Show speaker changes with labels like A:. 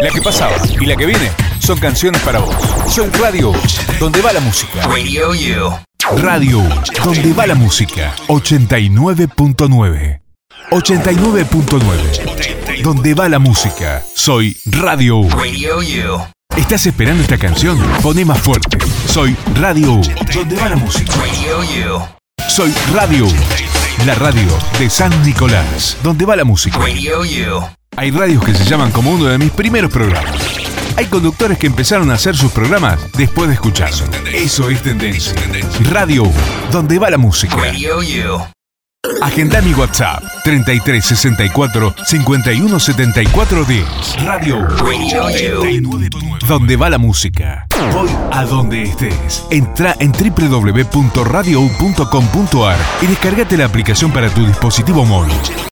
A: La que pasaba y la que viene son canciones para vos. Soy Radio Uch, donde va la música.
B: Radio You.
A: Radio Uch, donde va la música. 89.9. 89.9. Donde va la música. Soy Radio Uch.
B: Radio You.
A: ¿Estás esperando esta canción? Pone más fuerte. Soy Radio Uch, donde va la música.
B: Radio You.
A: Soy Radio Uch, la radio de San Nicolás, donde va la música.
B: Radio You.
A: Hay radios que se llaman como uno de mis primeros programas. Hay conductores que empezaron a hacer sus programas después de escucharlos. Eso es tendencia. Radio U, donde va la música.
B: Radio You.
A: Agenda mi WhatsApp 33 64 51 74 10. Radio U,
B: Radio You.
A: donde va la música. Voy a donde estés. Entra en www.radiou.com.ar y descargate la aplicación para tu dispositivo móvil.